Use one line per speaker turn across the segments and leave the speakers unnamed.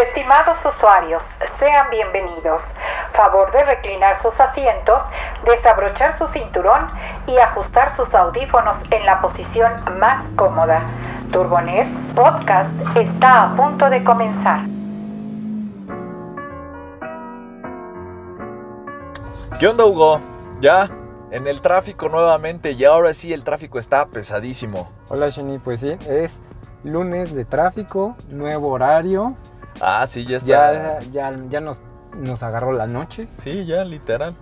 Estimados usuarios, sean bienvenidos. Favor de reclinar sus asientos, desabrochar su cinturón y ajustar sus audífonos en la posición más cómoda. Turbonerds Podcast está a punto de comenzar.
¿Qué onda, Hugo? ¿Ya? En el tráfico nuevamente, y ahora sí el tráfico está pesadísimo.
Hola Jenny, pues sí, es lunes de tráfico, nuevo horario.
Ah, sí, ya está.
Ya, ya, ya nos, nos agarró la noche.
Sí, ya, literal.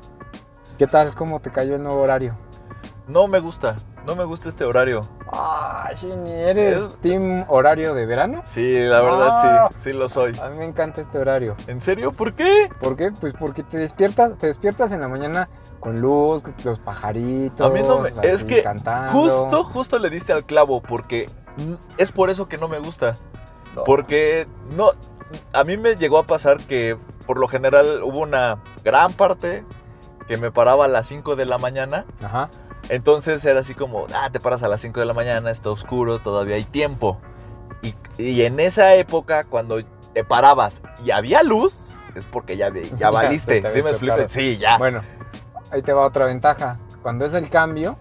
¿Qué tal? ¿Cómo te cayó el nuevo horario?
No me gusta, no me gusta este horario.
Ah, Jenny, ¿eres team horario de verano?
Sí, la verdad
Ah.
sí, sí lo soy.
A mí me encanta este horario.
¿En serio? ¿Por qué?
¿Por qué? Pues porque te despiertas, te despiertas en la mañana con luz, los pajaritos,
A mí no me... Es
así,
que
cantando.
justo, justo le diste al clavo porque mm, es por eso que no me gusta.
No.
Porque no... A mí me llegó a pasar que por lo general hubo una gran parte que me paraba a las 5 de la mañana
Ajá.
Entonces era así como, ah, te paras a las 5 de la mañana, está oscuro, todavía hay tiempo. Y, y en esa época, cuando te parabas y había luz, es porque ya, ya
Ya,
valiste.
se te
¿Sí me
había
explico?
tocado.
Sí, ya.
Bueno, ahí te va otra ventaja. Cuando es el cambio,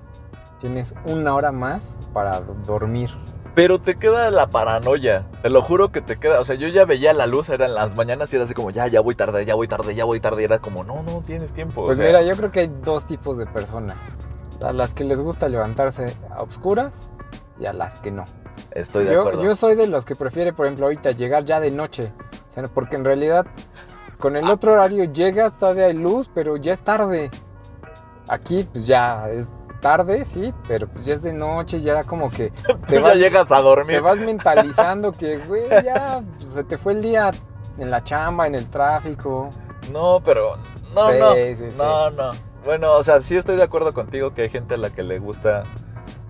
tienes una hora más para do- dormir.
Pero te queda la paranoia. Te lo juro que te queda. O sea, yo ya veía la luz, eran las mañanas y era así como, ya, ya voy tarde, ya voy tarde, ya voy tarde. Y era como, no, no tienes tiempo. o
Pues
sea,
mira, yo creo que hay dos tipos de personas. A las que les gusta levantarse a oscuras y a las que no.
estoy de
yo,
acuerdo.
yo soy de los que prefiere, por ejemplo, ahorita llegar ya de noche. O sea, porque en realidad con el otro horario llegas, todavía hay luz, pero ya es tarde. Aquí pues ya es tarde, sí, pero pues ya es de noche, ya como que
Tú ya llegas a
te
dormir.
vas mentalizando que, güey, ya pues, se te fue el día en la chamba, en el tráfico.
No, pero. No,
Sí,
no.
sí, sí.
No, no. Bueno, o sea, sí estoy de acuerdo contigo que hay gente a la que le gusta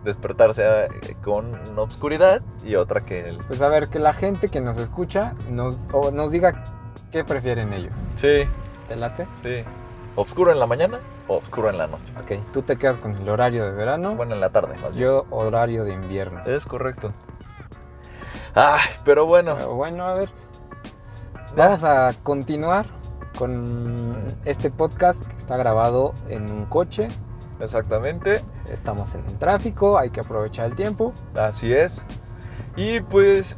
despertarse eh, con obscuridad y otra que. el-
Pues a ver, que la gente que nos escucha nos, o nos diga qué prefieren ellos.
Sí,
¿Te late?
sí. ¿Obscuro en la mañana o obscuro en la noche?
Ok, tú te quedas con el horario de verano,
Bueno, Eh, en la tarde, más bien.
yo horario de invierno.
Es correcto. Ay, pero bueno.
Pero bueno, a ver, vamos a continuar con este podcast que está grabado en un coche.
Exactamente.
Estamos en el tráfico, hay que aprovechar el tiempo.
Así es. Y pues,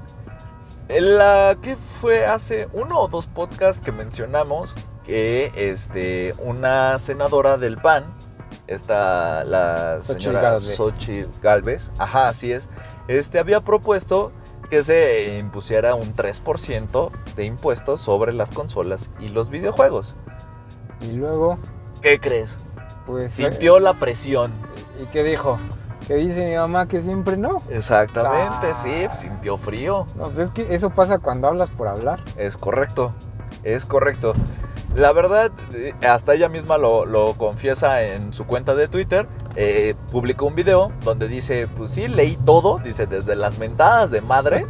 en la que fue hace uno o dos podcasts que mencionamos que este, una senadora del PAN, esta, la
Xóchitl
señora
Gálvez.
Xochitl Galvez, ajá, así es, este, había propuesto que se impusiera un 3% de impuestos sobre las consolas y los videojuegos.
Y luego,
¿Qué crees?
pues...
Sintió la presión.
¿Y qué dijo? Que dice mi mamá que siempre no.
Exactamente,
Ah.
sí, sintió frío.
No, pues es que eso pasa cuando hablas por hablar.
Es correcto, es correcto. La verdad, eh, hasta ella misma lo, lo confiesa en su cuenta de Twitter. eh, publicó un video donde dice, pues sí, leí todo, dice, desde las mentadas de madre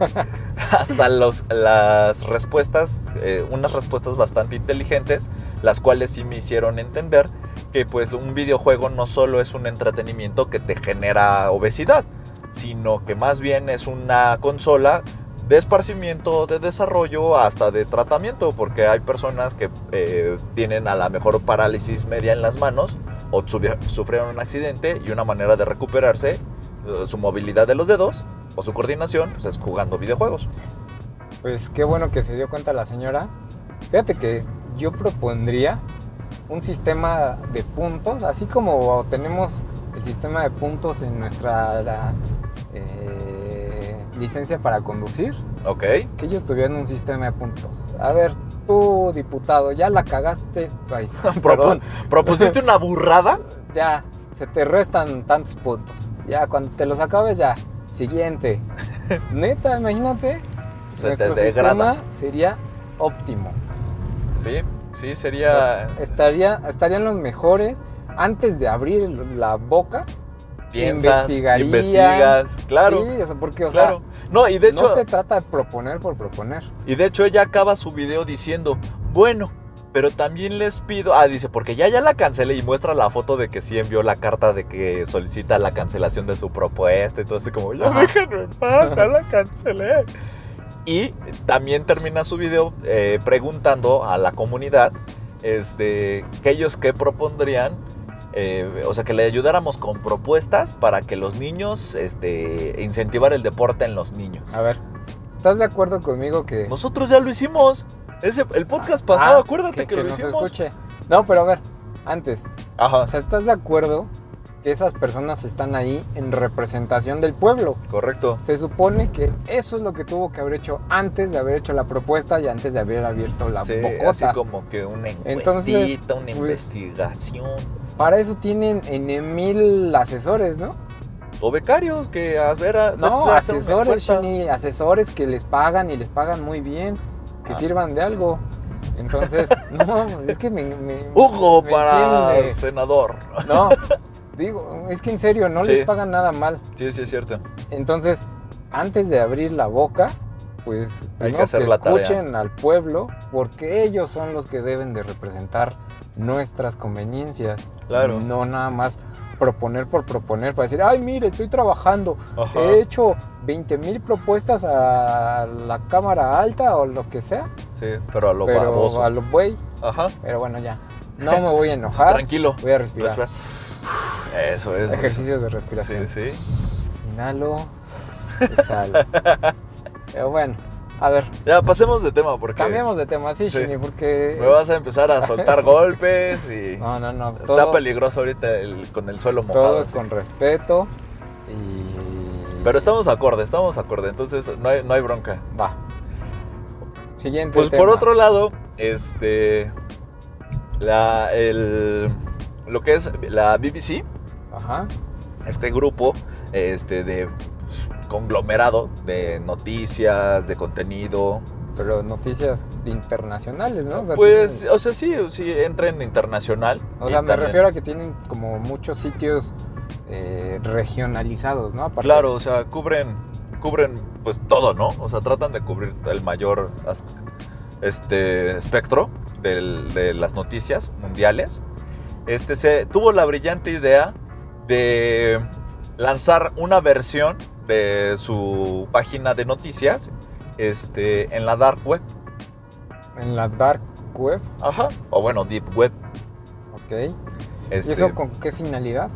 hasta los, las respuestas, eh, unas respuestas bastante inteligentes, las cuales sí me hicieron entender que pues un videojuego no solo es un entretenimiento que te genera obesidad, sino que más bien es una consola de esparcimiento, de desarrollo, hasta de tratamiento, porque hay personas que eh, tienen a la mejor parálisis media en las manos o subi- sufrieron un accidente y una manera de recuperarse eh, su movilidad de los dedos o su coordinación pues es jugando videojuegos.
Pues qué bueno que se dio cuenta la señora. Fíjate que yo propondría un sistema de puntos, así como tenemos el sistema de puntos en nuestra la, eh, licencia para conducir,
¿Ok?
que ellos tuvieran un sistema de puntos. A ver, tú diputado, ya la cagaste, ay,
Propo-
perdón,
¿Propusiste una burrada?
ya se te restan tantos puntos. Ya cuando te los acabes ya, siguiente. Neta, imagínate,
Se te
nuestro
degrada.
sistema sería óptimo.
Sí, sí,
O sea,
sería
estaría, estarían los mejores antes de abrir la boca.
piensas,
investigaría.
investigas, claro,
Sí, o sea, porque, o
claro.
sea,
No, y de hecho
no se trata de proponer por proponer.
Y de hecho ella acaba su video diciendo, bueno, pero también les pido, ah, dice, porque ya ya la cancelé y muestra la foto de que sí envió la carta de que solicita la cancelación de su propuesta y todo así como, ya
Ajá.
déjenme en paz, ya la cancelé. Y también termina su video eh, preguntando a la comunidad este, que ellos qué propondrían, eh, o sea, que le ayudáramos con propuestas para que los niños, este, incentivar el deporte en los niños.
A ver, ¿estás de acuerdo conmigo que...
Nosotros ya lo hicimos. Ese, el podcast pasado,
Ah,
acuérdate que, lo
nos
hicimos.
escuche. No, pero a ver, antes,
Ajá,
o sea, ¿estás de acuerdo que esas personas están ahí en representación del pueblo?
correcto.
Se supone que eso es lo que tuvo que haber hecho antes de haber hecho la propuesta y antes de haber abierto la
Sí,
bocota.
así como que una
Entonces,
encuestita, una
pues,
investigación.
Para eso tienen N mil asesores, ¿no?
O becarios que a ver a,
No,
vete a hacer una
asesores,
encuesta.
Shini, asesores que les pagan y les pagan muy bien, que
Ah.
sirvan de algo. Entonces, no, es que me... me-
Hugo
me
para
enciende.
senador.
No, digo, es que en serio, no
Sí.
les pagan nada mal.
Sí, sí, es cierto.
Entonces, antes de abrir la boca, pues
Hay que
primero
hacer la tarea.
escuchen al pueblo, porque ellos son los que deben de representar nuestras conveniencias.
Claro.
No nada más proponer por proponer para decir, ay, mire, estoy trabajando,
Ajá.
he hecho 20 mil propuestas a la cámara alta o lo que sea,
Sí, pero a lo
pero
baboso.
a lo buey.
Ajá.
Pero bueno, ya, no me voy a enojar.
Tranquilo.
Voy a respirar.
Respira. Eso es.
Ejercicios de respiración.
Sí, sí.
Inhalo, exhalo. Pero bueno, a ver,
Ya, pasemos de tema porque
cambiamos de tema, sí,
Sí.
Shini, porque...
me vas a empezar a soltar golpes y
No, no, no,
está
todo,
peligroso ahorita el- con el suelo mojado.
todo es
así.
con respeto y...
Pero estamos acorde, estamos acorde, entonces no hay, no hay bronca.
Va. Siguiente
Pues por
tema.
otro lado, este. La, el, lo que es la BBC,
Ajá,
este grupo este, de pues, conglomerado de noticias, de contenido.
pero noticias internacionales, ¿no? O sea,
pues,
tienen-
o sea, sí, sí, entra en internacional.
o
y
sea, me
también-
refiero a que tienen como muchos sitios eh, regionalizados, ¿no? Aparte-
Claro, o sea, cubren, cubren pues todo, ¿no? O sea, tratan de cubrir el mayor as- este, espectro del- de las noticias mundiales. Este se tuvo la brillante idea de lanzar una versión de su página de noticias este, en la dark web.
En la dark web,
Ajá. O bueno, deep web.
ok. ¿Y
Este,
eso con qué finalidad?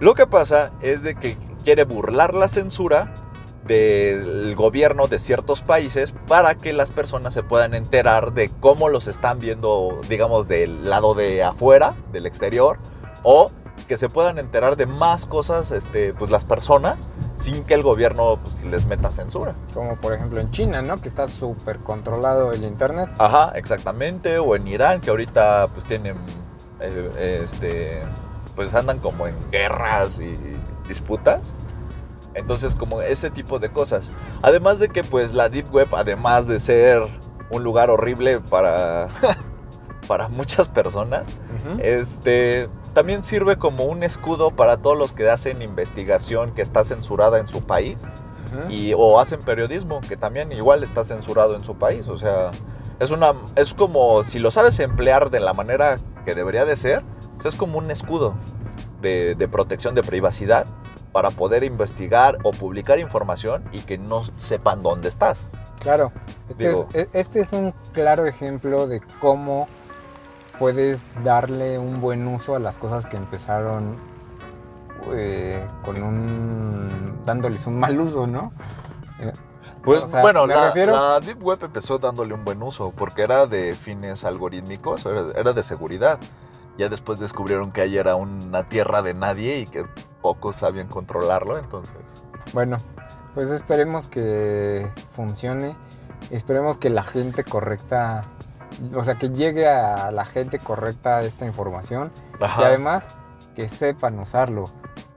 Lo que pasa es de que quiere burlar la censura del gobierno de ciertos países para que las personas se puedan enterar de cómo los están viendo, digamos, del lado de afuera, del exterior, o que se puedan enterar de más cosas, este, pues las personas, sin que el gobierno pues, les meta censura.
Como por ejemplo en China, ¿no? Que está súper controlado el internet.
Ajá, exactamente. O en Irán, que ahorita pues tienen, eh, este, pues andan como en guerras y disputas. Entonces, como ese tipo de cosas. Además de que pues la Deep Web, además de ser un lugar horrible para, para muchas personas,
Ujú.
este, también sirve como un escudo para todos los que hacen investigación que está censurada en su país
Ujú.
Eh, y, o hacen periodismo, que también igual está censurado en su país. O sea, es, una, es como si lo sabes emplear de la manera que debería de ser, pues es como un escudo de, de protección de privacidad para poder investigar o publicar información y que no sepan dónde estás.
Claro, este,
Digo-
es, e- este es un claro ejemplo de cómo puedes darle un buen uso a las cosas que empezaron eh, con un... dándoles un mal uso, ¿no?
Pues
O sea,
bueno,
me
la,
refiero-
la Deep Web empezó dándole un buen uso porque era de fines algorítmicos, era, era de seguridad. Ya después descubrieron que ahí era una tierra de nadie y que pocos sabían controlarlo, entonces...
Bueno, pues esperemos que funcione, esperemos que la gente correcta, o sea, que llegue a la gente correcta esta información
Ajá.
Y además que sepan usarlo.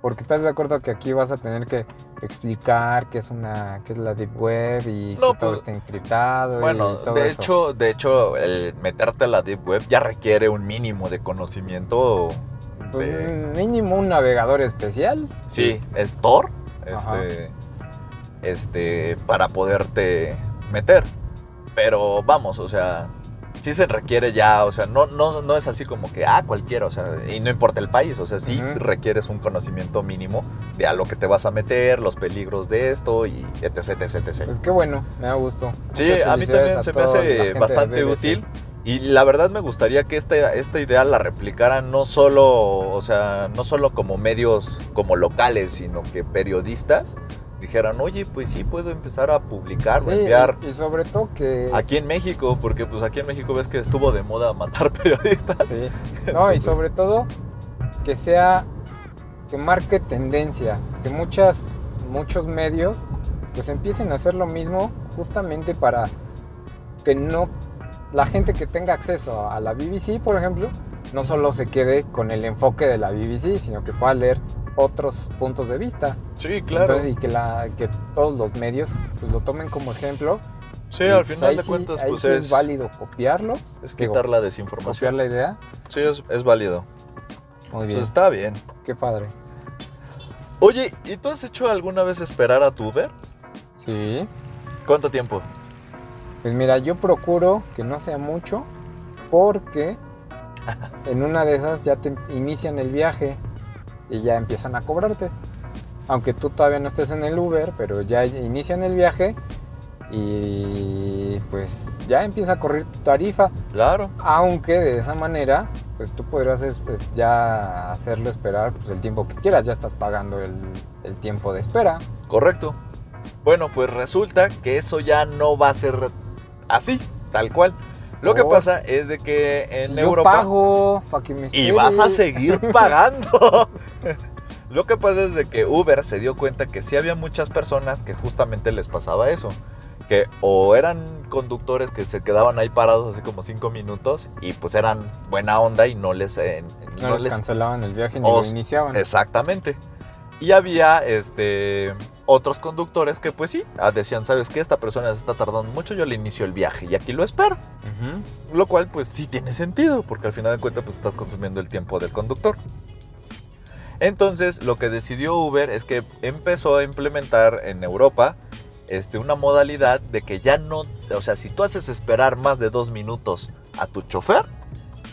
Porque estás de acuerdo que aquí vas a tener que explicar qué es una qué es la deep web y
No,
que todo
pues,
está encriptado
Bueno,
y todo
de
eso.
hecho, de hecho, el meterte a la deep web ya requiere un mínimo de conocimiento.
Pues,
de-
mínimo un navegador especial.
sí, es Tor,
Ajá.
este, este, para poderte meter. Pero vamos, o sea, sí se requiere ya, o sea, no, no, no es así como que, ah, cualquiera, o sea, y no importa el país, o sea, sí
Ujú.
requieres un conocimiento mínimo de a lo que te vas a meter, los peligros de esto y etc, etc, etc.
Pues qué bueno, me da gusto.
Sí,
Muchas
a mí
felicidades
también
a
se me
toda la gente
hace
de
bastante
BBC.
útil. Y la verdad me gustaría que esta, esta idea la replicaran no solo, o sea, no solo como medios como locales, sino que periodistas dijeran, oye, pues sí, puedo empezar a publicar
Sí, eh,
o enviar
y, y sobre todo que...
aquí en México, porque pues aquí en México ves que estuvo de moda matar periodistas.
Sí. No, y sobre todo que sea, que marque tendencia, que muchas, muchos medios pues empiecen a hacer lo mismo justamente para que no, la gente que tenga acceso a la BBC, por ejemplo, no solo se quede con el enfoque de la BBC, sino que pueda leer otros puntos de vista.
Sí, claro.
Entonces, y que, la, que todos los medios pues, lo tomen como ejemplo.
sí,
Y,
al
pues,
final
ahí
de
sí-
cuentas,
ahí
pues
sí
es,
es válido copiarlo,
es
digo,
quitar la desinformación.
copiar la idea.
Sí, es, es válido.
Muy bien,
Pues está bien.
qué padre.
Oye, ¿y tú has hecho alguna vez esperar a tu Uber?
Sí.
¿Cuánto tiempo?
Pues mira, yo procuro que no sea mucho porque en una de esas ya te inician el viaje y ya empiezan a cobrarte. Aunque tú todavía no estés en el Uber, pero ya inician el viaje y pues ya empieza a correr tu tarifa.
Claro.
Aunque de esa manera, pues tú podrás es- pues, ya hacerlo esperar pues, el tiempo que quieras. Ya estás pagando el, el tiempo de espera.
Correcto. Bueno, pues resulta que eso ya no va a ser así, tal cual. Lo que
Oh.
pasa es de que en
Si
Europa
Yo pago para que me
y vas a
espere.
seguir pagando. Lo que pasa es de que Uber se dio cuenta que sí había muchas personas que justamente les pasaba eso. Que o eran conductores que se quedaban ahí parados así como cinco minutos y pues eran buena onda y no les... eh,
No, les, cancelaban el viaje ni
Os-
lo iniciaban.
Exactamente. Y había este otros conductores que pues sí, ah, decían, ¿sabes qué? Esta persona se está tardando mucho, yo le inicio el viaje y aquí lo espero.
Ujú.
Lo cual pues sí tiene sentido, porque al final de cuentas pues estás consumiendo el tiempo del conductor. Entonces lo que decidió Uber es que empezó a implementar en Europa este, una modalidad de que ya no, o sea, si tú haces esperar más de dos minutos a tu chofer,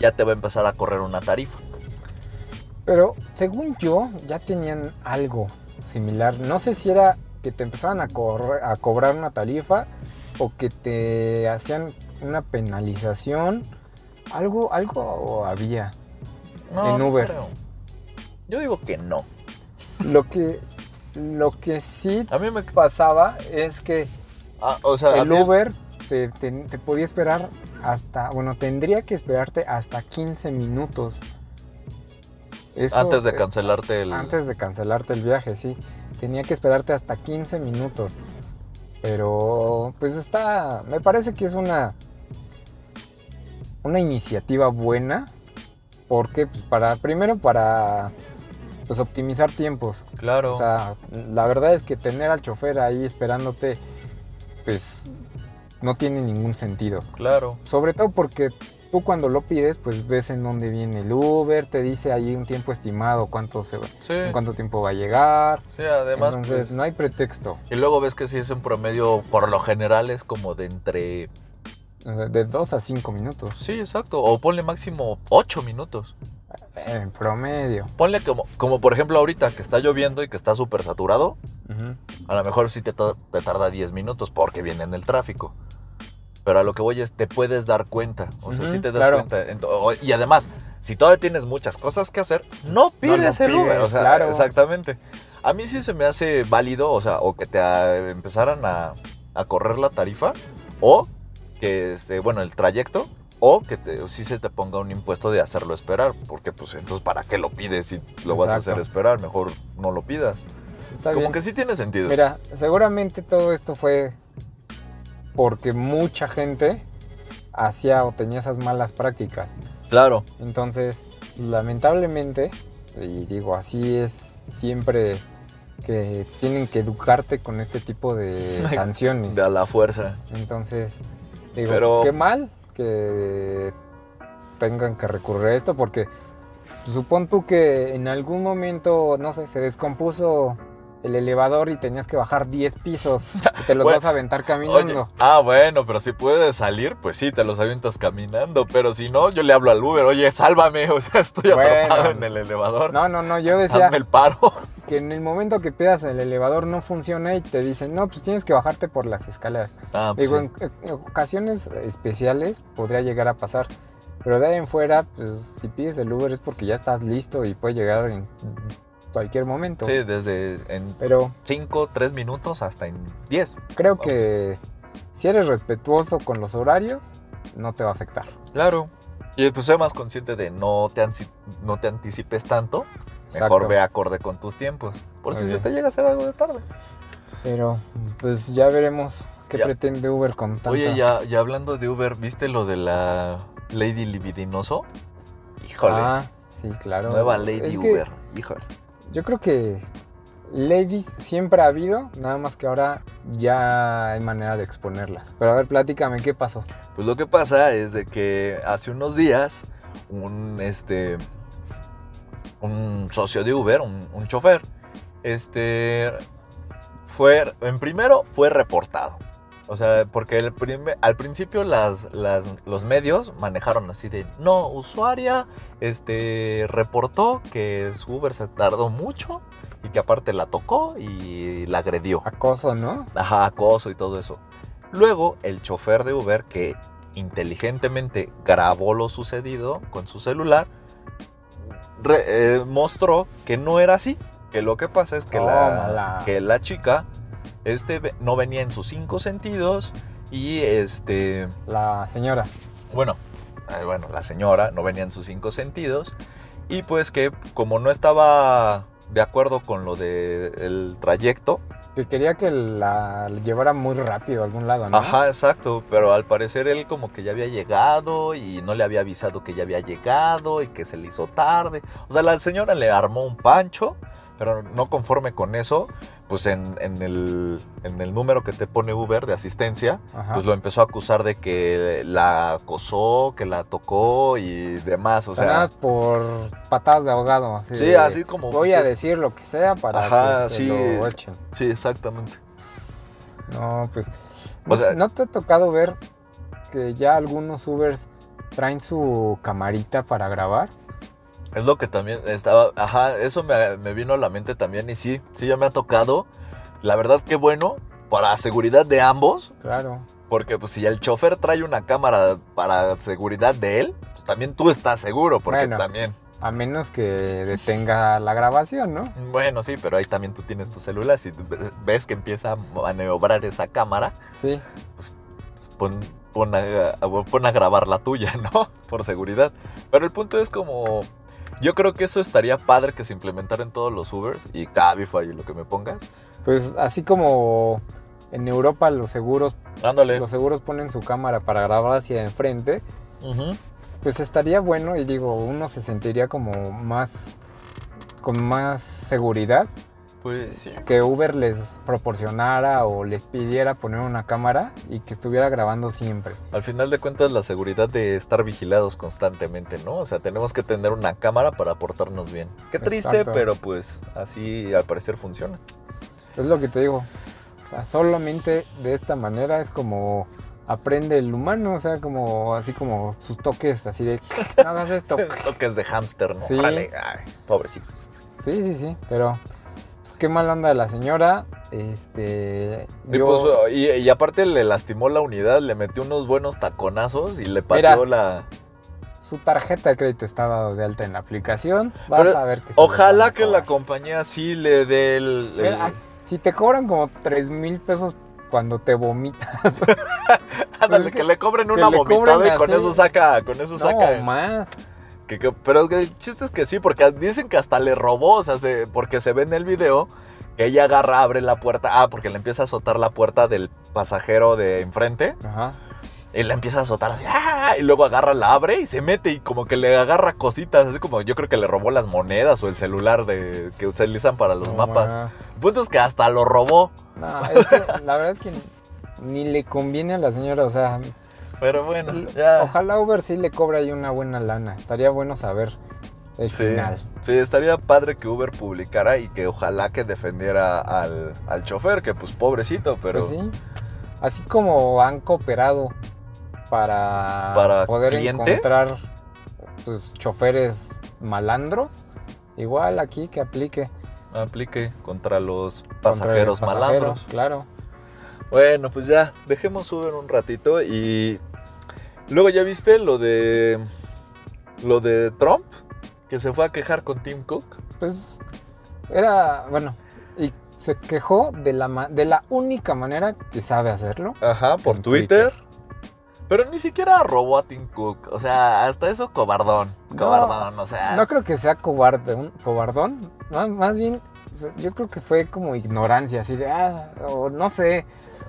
ya te va a empezar a correr una tarifa.
Pero según yo, ya tenían algo similar. No sé si era que te empezaban a, corre- a cobrar una tarifa o que te hacían una penalización. Algo, algo había. En Uber.
creo. Yo digo que no.
Lo que, lo que sí
A mí me.
pasaba es que
ah, o sea, a
el
mí-
Uber te, te- te podía esperar hasta, bueno, tendría que esperarte hasta 15 minutos. Eso-
antes de
eh,
cancelarte el.
Antes de cancelarte el viaje, sí. Tenía que esperarte hasta 15 minutos. Pero pues está, me parece que es una una iniciativa buena porque pues, para primero para pues optimizar tiempos.
Claro.
O sea, la verdad es que tener al chofer ahí esperándote pues no tiene ningún sentido.
claro.
Sobre todo porque tú cuando lo pides, pues ves en dónde viene el Uber, te dice ahí un tiempo estimado, cuánto se va,
Sí.
en cuánto tiempo va a llegar.
Sí, además.
Entonces
pues,
no hay pretexto.
Y luego ves que si es un promedio, por lo general es como de entre.
O sea, De dos a cinco minutos.
Sí, exacto. O ponle máximo 8 minutos.
En promedio.
Ponle como, como por ejemplo ahorita que está lloviendo y que está súper saturado.
Ujú.
A lo mejor sí te, ta- te tarda 10 minutos porque viene en el tráfico. Pero a lo que voy es, te puedes dar cuenta. O sea,
Ujú,
sí te das
claro.
cuenta. Ento- o- Y además, si todavía tienes muchas cosas que hacer, no pides el
pides,
Uber. O sea,
claro.
Exactamente. A mí sí se me hace válido, o sea, o que te ah, empezaran a, a correr la tarifa, o que, este, bueno, el trayecto, o que te, sí se te ponga un impuesto de hacerlo esperar. Porque, pues, entonces, ¿para qué lo pides si lo vas a
Exacto.
hacer esperar? Mejor no lo pidas.
Está
Como
bien.
que sí tiene sentido.
Mira, seguramente todo esto fue porque mucha gente hacía o tenía esas malas prácticas.
Claro.
Entonces, lamentablemente, y digo, así es siempre que tienen que educarte con este tipo de sanciones.
De a la fuerza.
Entonces, digo,
Pero-
qué mal que tengan que recurrir a esto porque supón tú que en algún momento, no sé, se descompuso el elevador y tenías que bajar 10 pisos y te los
Bueno,
vas a aventar
Oye,
caminando.
ah, bueno, pero si puedes salir, pues sí, te los avientas caminando. Pero si no, yo le hablo al Uber, oye, sálvame, o sea, estoy
Bueno.
atrapado en el elevador.
No, no, no, yo decía
Hazme el paro.
que en el momento que pidas el elevador no funciona y te dicen, no, pues tienes que bajarte por las escaleras.
Ah, pues
Digo,
sí.
en, en ocasiones especiales podría llegar a pasar, pero de ahí en fuera, pues si pides el Uber es porque ya estás listo y puede llegar en cualquier momento.
Sí, desde en
Pero
5, 3 minutos hasta en 10.
creo
Vamos.
que si eres respetuoso con los horarios, no te va a afectar.
Claro. Y pues sé más consciente de no te, ansi- no te anticipes tanto. Mejor
Exacto.
ve acorde con tus tiempos. Por
Muy
si se
bien.
te llega a hacer algo de tarde.
Pero pues ya veremos qué
Ya.
pretende Uber con tanta...
Oye, ya, ya hablando de Uber, ¿viste lo de la Lady Libidinoso? Híjole.
Ah, sí, claro.
nueva Lady
Es que
Uber. Híjole.
Yo creo que ladies siempre ha habido, nada más que ahora ya hay manera de exponerlas. Pero a ver, platícame, ¿qué pasó?
Pues lo que pasa es de que hace unos días un este un socio de Uber, un, un chofer, este fue en primero fue reportado. O sea, porque el prime- al principio las, las- los medios manejaron así de, no, usuaria este, reportó que su Uber se tardó mucho y que aparte la tocó y la agredió.
Acoso, ¿no?
Ajá, acoso y todo eso. Luego, el chofer de Uber que inteligentemente grabó lo sucedido con su celular, re- eh, mostró que no era así. Que lo que pasa es que, la,
Tómala.
que la chica este, ve- no venía en sus cinco sentidos y este...
La señora.
Bueno, eh, bueno, la señora no venía en sus cinco sentidos. Y pues que como no estaba de acuerdo con lo del trayecto,
Que quería que la llevara muy rápido a algún lado, ¿no?
Ajá, exacto, pero al parecer él como que ya había llegado y no le había avisado que ya había llegado y que se le hizo tarde. O sea, la señora le armó un pancho, pero no conforme con eso, pues en, en el, en el número que te pone Uber de asistencia,
Ajá.
pues lo empezó a acusar de que la acosó, que la tocó y demás, o
O sea,
sea...
nada más por patadas de ahogado. Así
Sí,
de,
así como...
Voy
pues,
a
es-
decir lo que sea para
Ajá,
que se
sí.
lo echen.
Sí, exactamente.
No, pues.
O sea-
¿No te ha tocado ver que ya algunos Ubers traen su camarita para grabar?
Es lo que también estaba, ajá, eso me, me vino a la mente también y sí, sí ya me ha tocado. La verdad que bueno, para seguridad de ambos,
Claro.
porque pues si el chofer trae una cámara para seguridad de él, pues también tú estás seguro, porque
Bueno.
también,
A menos que detenga la grabación, ¿no?
bueno, sí, pero ahí también tú tienes tu celular, si ves que empieza a maniobrar esa cámara,
Sí.
pues, pon, pon a, a- pon a grabar la tuya, ¿no? Por seguridad. Pero el punto es como... Yo creo que eso estaría padre que se implementara en todos los Ubers y Cabify y lo que me pongas.
Pues así como en Europa los seguros,
Ándale.
los seguros ponen su cámara para grabar hacia enfrente,
Ujú.
pues estaría bueno y digo, uno se sentiría como más con más seguridad
Pues sí.
que Uber les proporcionara o les pidiera poner una cámara y que estuviera grabando siempre.
Al final de cuentas, la seguridad de estar vigilados constantemente, ¿no? O sea, tenemos que tener una cámara para portarnos bien. Qué triste,
Exacto.
pero pues así al parecer funciona.
Es lo que te digo. O sea, solamente de esta manera es como aprende el humano, o sea, como así como sus toques así de no hagas esto.
Toques de hámster, ¿no?
Sí.
Órale, ay, pobrecitos.
Sí, sí, sí, pero pues, qué mal onda de la señora. Este
Y,
yo-
pues, y- y aparte le lastimó la unidad, le metió unos buenos taconazos y le pateó la...
su tarjeta de crédito está dado de alta en la aplicación. Vas
Pero
a ver que se les van
Ojalá
a
que la
cobrar.
compañía sí le dé el... el-
Mira, ay, si te cobran como 3 mil pesos cuando te vomitas.
Ándale,
pues es
que,
que-
le cobren
que
una
le
vomitada
cobren
y con
así.
eso saca, con eso saca...
no, más.
Que- que- pero el chiste es que sí, porque dicen que hasta le robó, o sea, se- porque se ve en el video que ella agarra, abre la puerta, ah, porque le empieza a azotar la puerta del pasajero de enfrente
Ajá.
y la empieza a azotar así, ¡ah! y luego agarra, la abre y se mete y como que le agarra cositas, así como yo creo que le robó las monedas o el celular de, que utilizan para los
No,
mapas.
ma.
El punto es que hasta lo robó,
No, es que la verdad es que ni le conviene a la señora, o sea,
pero bueno, ya.
ojalá Uber sí le cobra ahí una buena lana, estaría bueno saber el
Sí,
final.
sí, estaría padre que Uber publicara y que ojalá que defendiera al, al chofer, que pues pobrecito, pero
Pues sí. Así como han cooperado para,
¿Para
poder
clientes?
encontrar pues, choferes malandros, igual aquí que aplique.
aplique contra los
contra
pasajeros
el pasajero,
malandros.
Claro.
Bueno, pues ya, dejemos Uber un ratito y luego ya viste lo de lo de Trump que se fue a quejar con Tim Cook.
Pues era, bueno, y se quejó de la, ma- de la única manera que sabe hacerlo.
Ajá, por
En
Twitter.
Twitter.
Pero ni siquiera robó a Tim Cook. O sea, hasta eso cobardón.
No,
Cobardón, o sea.
No creo que sea cobarde, un cobardón. ma- Más bien, se- yo creo que fue como ignorancia, así de, ah, o no sé.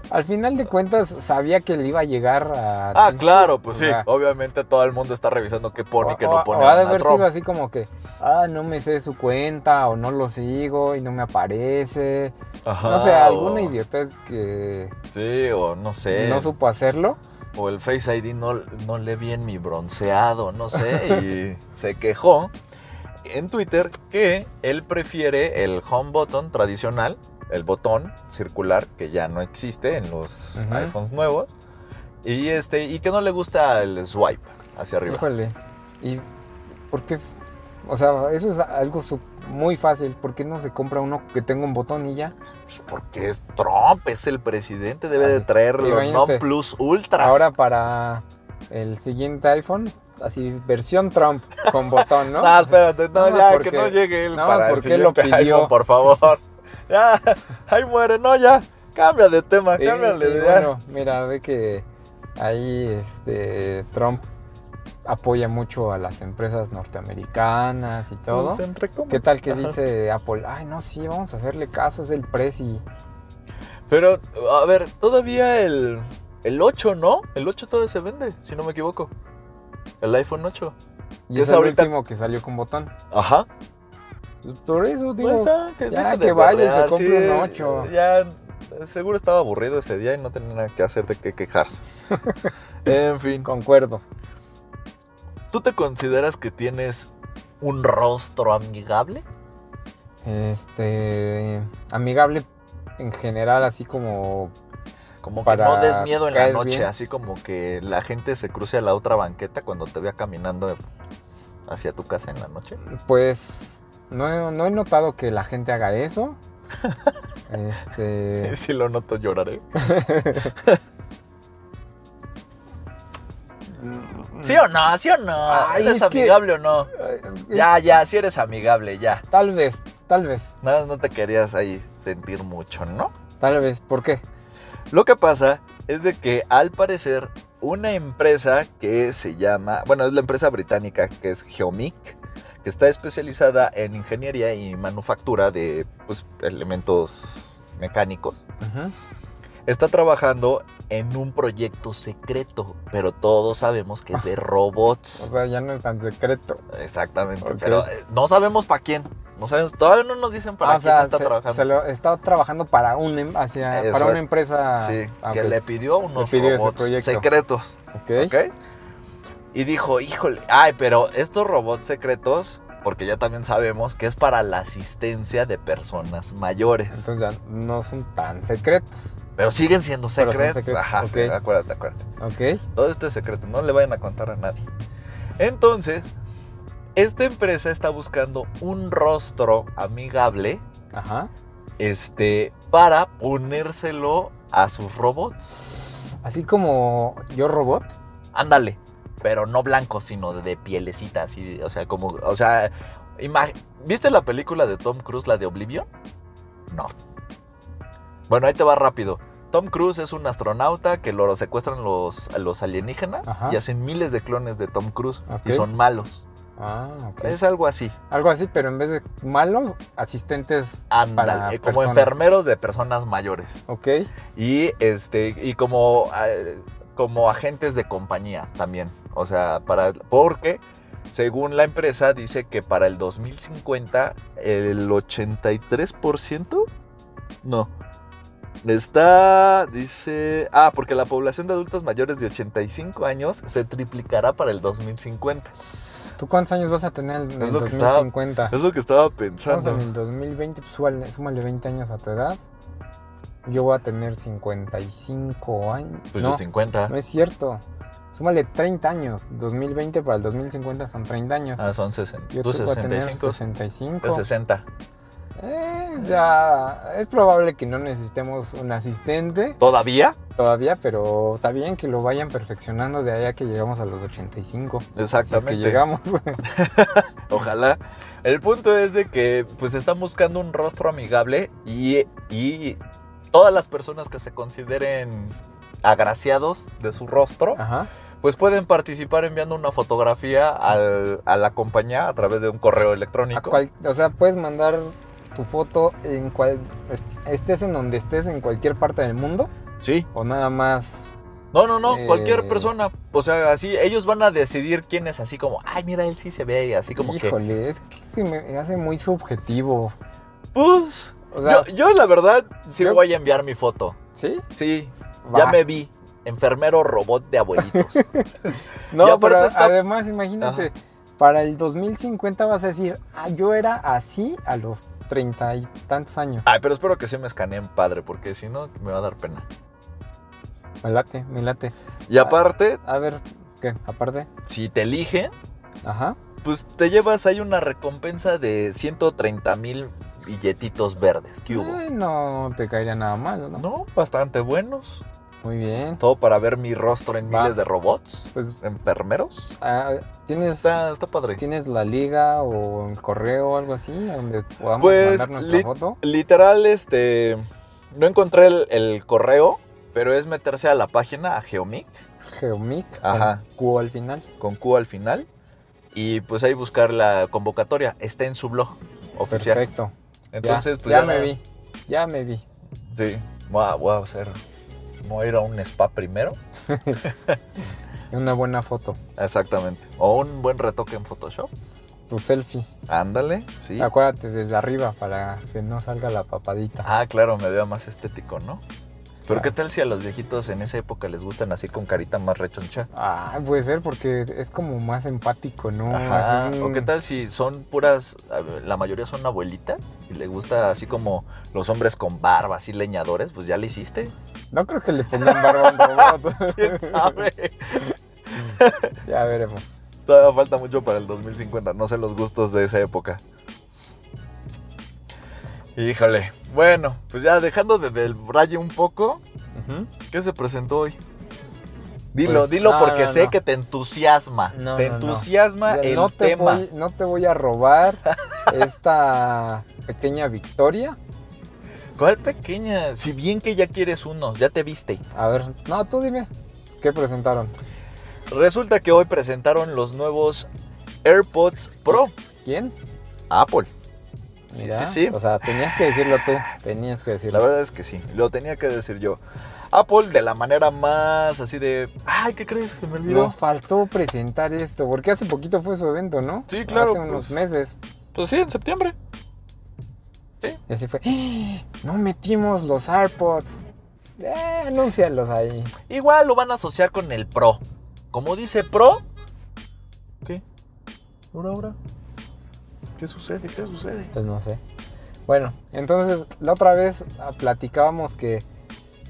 Al final de cuentas, sabía que le iba a llegar a.
ah,
Tim
claro,
Cook,
pues
o
sí.
sea,
Obviamente todo el mundo está revisando qué pone y
o-
qué
o-
no pone.
o ha de
Donald
haber
Trump.
sido así como que, ah, no me sé su cuenta, o no lo sigo y no me aparece.
Ajá,
no sé,
o-
alguna idiotez que
Ah, oh. Sí, o no sé.
no supo hacerlo.
o el Face ID no, no lee bien mi bronceado, no sé, y se quejó en Twitter que él prefiere el home button tradicional, el botón circular que ya no existe en los
Ujú.
iPhones nuevos, y este y que no le gusta el swipe hacia arriba.
Híjole. ¿Y por qué? f- O sea, eso es algo su- muy fácil. ¿Por qué no se compra uno que tenga un botón y ya?
Pues Porque es Trump, es el presidente, debe de
Ay,
traer lo non
imagínate.
plus ultra.
Ahora para el siguiente iPhone, así versión Trump con botón, ¿no?
No, Ah, espérate, no,
Nada más
ya, que
porque-
no llegue él
nada más
para el
porque lo
siguiente
pidió.
iPhone, por favor. Ya, ahí muere, no, ya, cambia de tema,
Y-
cámbiale
y
de
bueno, mira, ve que ahí este Trump apoya mucho a las empresas norteamericanas y todo.
Pues, entre comas.
¿Qué tal que
Ajá.
dice Apple? Ay, no, sí, vamos a hacerle caso, es el presi.
Pero, a ver, todavía el, el 8, ¿no? El 8 todavía se vende, si no me equivoco. El iPhone 8.
Y
Que
es
es
el
ahorita-
último que salió con botón.
Ajá.
Pues Por eso,
Ahí
digo,
está, que
ya,
deja de
que vaya y se
berrear,
compre
sí,
un ocho.
Ya, eh, seguro estaba aburrido ese día y no tenía nada que hacer de que quejarse. en fin.
concuerdo.
¿Tú te consideras que tienes un rostro amigable?
Este. Amigable en general, así como.
Como
Para
que no des miedo en la
caer
noche,
bien.
así como que la gente se cruce a la otra banqueta cuando te vea caminando hacia tu casa en la noche.
Pues. No, he- no he notado que la gente haga eso. Este.
Si lo noto ¿eh? lloraré. ¿Sí o no? ¿Sí o no?
Ay,
¿Eres
es que-
amigable o no?
eh,
Ya, ya, si eres amigable, ya.
Tal vez, tal vez,
Nada, más no te querías ahí sentir mucho, ¿no?
tal vez. ¿Por qué?
Lo que pasa es de que al parecer una empresa que se llama, bueno, es la empresa británica que es Geomic, que está especializada en ingeniería y manufactura de pues, elementos mecánicos,
Ujú.
está trabajando en un proyecto secreto, pero todos sabemos que es de robots.
O sea, ya no es tan secreto.
Exactamente,
Ok.
pero eh, no sabemos para quién. No sabemos, todavía no nos dicen para
Ah, o
quién
sea,
está
se,
trabajando.
se lo- está trabajando para, un, em- hacia,
Eso
para
es.
una empresa.
sí,
Ah,
que
ok,
le pidió unos
pidió ese
robots
proyecto.
secretos.
ok.
¿ok? Y dijo, híjole, ay, pero estos robots secretos, porque ya también sabemos que es para la asistencia de personas mayores.
Entonces ya no son tan secretos.
Pero siguen siendo
Pero son
secretos.
secretos,
Ajá, sí,
ok.
acuérdate, acuérdate.
Ok.
Todo esto es secreto, no le vayan a contar a nadie. Entonces, esta empresa está buscando un rostro amigable
Ajá.
este, para ponérselo a sus robots.
Así como yo robot.
Ándale, pero no blanco, sino de pielecita, así, o sea, como, o sea, ima- ¿viste la película de Tom Cruise, la de Oblivion? No. Bueno, ahí te va rápido. Tom Cruise es un astronauta que lo secuestran los, los alienígenas
Ajá.
y hacen miles de clones de Tom Cruise y
Ok.
son malos.
Ah, ok.
Es algo así.
Algo así, pero en vez de malos, asistentes.
Ándale, como
personas.
enfermeros de personas mayores.
Ok.
Y este y como, eh, como agentes de compañía también. O sea, para porque según la empresa dice que para el 2050 el 83% no. Está, dice, ah, porque la población de adultos mayores de 85 años se triplicará para el 2050.
¿Tú cuántos años vas a tener en el
lo que estaba-
2050?
Es lo que estaba
Estamos en
pensando.
el 2020, pues, súmale, súmale 20 años a tu edad. Yo voy a tener 55 años.
Pues
no,
los 50.
no es cierto. Súmale 30 años. 2020 para el 2050 son 30 años.
Ah, son 60.
Yo
Tú
te voy a tener
65.
65.
Yo 60.
Eh, ya es probable que no necesitemos un asistente
¿Todavía?
todavía, pero está bien que lo vayan perfeccionando de allá que llegamos a los 85. Si es
Exactamente.
que llegamos.
Ojalá. El punto es de que pues están buscando un rostro amigable y, y todas las personas que se consideren agraciados de su rostro,
Ajá.
pues pueden participar enviando una fotografía al- a la compañía a través de un correo
A
electrónico.
cual- o sea, puedes mandar tu foto en cual est- estés en donde estés en cualquier parte del mundo
Sí.
o nada más
No, no, no,
Eh.
cualquier persona. O sea, así, ellos van a decidir quién es así como, ay, mira, él sí se ve así como que...
híjole, es que se me hace muy subjetivo.
Pues...
O sea,
yo, yo, la verdad sí
yo-
voy a enviar mi foto.
sí,
Sí,
va.
ya me vi. Enfermero robot de abuelitos.
No,
Y aparte
pero
está-
además imagínate, para el 2050 vas a decir, ah, yo era así a los treinta y tantos años.
Ay, pero espero que sí me escaneen padre, porque si no, me va a dar pena.
Me late, me late.
Y aparte,
A ver, ¿qué? Aparte,
si te eligen,
ajá.
pues te llevas ahí una recompensa de 130 mil billetitos verdes. ¿Qué hubo?
Eh, no te caería nada mal, ¿no?
No, bastante buenos.
Muy bien.
Todo para ver mi rostro en
Va.
miles de robots,
Pues
enfermeros.
ah, tienes
Está, está padre.
tienes la liga o el correo o algo así a donde podamos
Pues,
mandar nuestra
li-
foto.
Literal, este. No encontré el, el correo, pero es meterse a la página, a Geomic,
Geomic
Ajá.
con Q al final.
con Q al final. Y pues ahí buscar la convocatoria. Está en su blog oficial.
Perfecto. Ya,
Entonces, pues
ya,
ya
me vi. Ya me vi.
Sí, voy a, voy a hacer. Voy a ir a un spa primero.
Una buena foto.
Exactamente. O un buen retoque en Photoshop.
Tu selfie.
Ándale, sí.
Acuérdate desde arriba para que no salga la papadita.
Ah, claro, me veo más estético, ¿no? Pero
Claro.
qué tal si a los viejitos en esa época les gustan así con carita más rechoncha.
Ah, puede ser porque es como más empático, ¿no?
Ajá.
Así, mm,
O qué tal si son puras, a ver, la mayoría son abuelitas y le gusta así como los hombres con barba, así leñadores, pues ya le hiciste.
No creo que le pongan barba a un robot.
¿Quién sabe?
ya veremos.
Todavía falta mucho para el 2050. No sé los gustos de esa época. Híjole. Bueno, pues ya dejando de del braille un poco,
Ujú.
¿qué se presentó hoy? Dilo,
Pues,
dilo
no,
porque
no,
sé
no.
que te entusiasma.
No,
te
no, no.
entusiasma
Ya
el
no, te
tema.
voy, no te voy a robar esta pequeña victoria.
¿Cuál pequeña? Si bien que ya quieres uno, ya te viste.
A ver, no, tú dime. ¿Qué presentaron?
Resulta que hoy presentaron los nuevos AirPods Pro.
¿Quién?
Apple. Sí,
Mira,
sí, sí.
O sea, tenías que decirlo tú. Tenías que
La
decirlo.
verdad es que sí, lo tenía que decir yo. Apple de la manera más así de, ay, ¿qué crees? Se me olvidó.
Nos faltó presentar esto, porque hace poquito fue su evento, ¿no?
Sí, claro,
Hace unos
pues.
meses.
Pues sí, en septiembre.
Y así fue. "¡Ah! No metimos los AirPods. Eh, anúncialos ahí.
Igual lo van a asociar con el Pro. Como dice Pro. ¿Qué? ¿Ahora, ahora? ¿Qué sucede? ¿Qué sucede?
Pues no sé. Bueno, entonces la otra vez ah, platicábamos que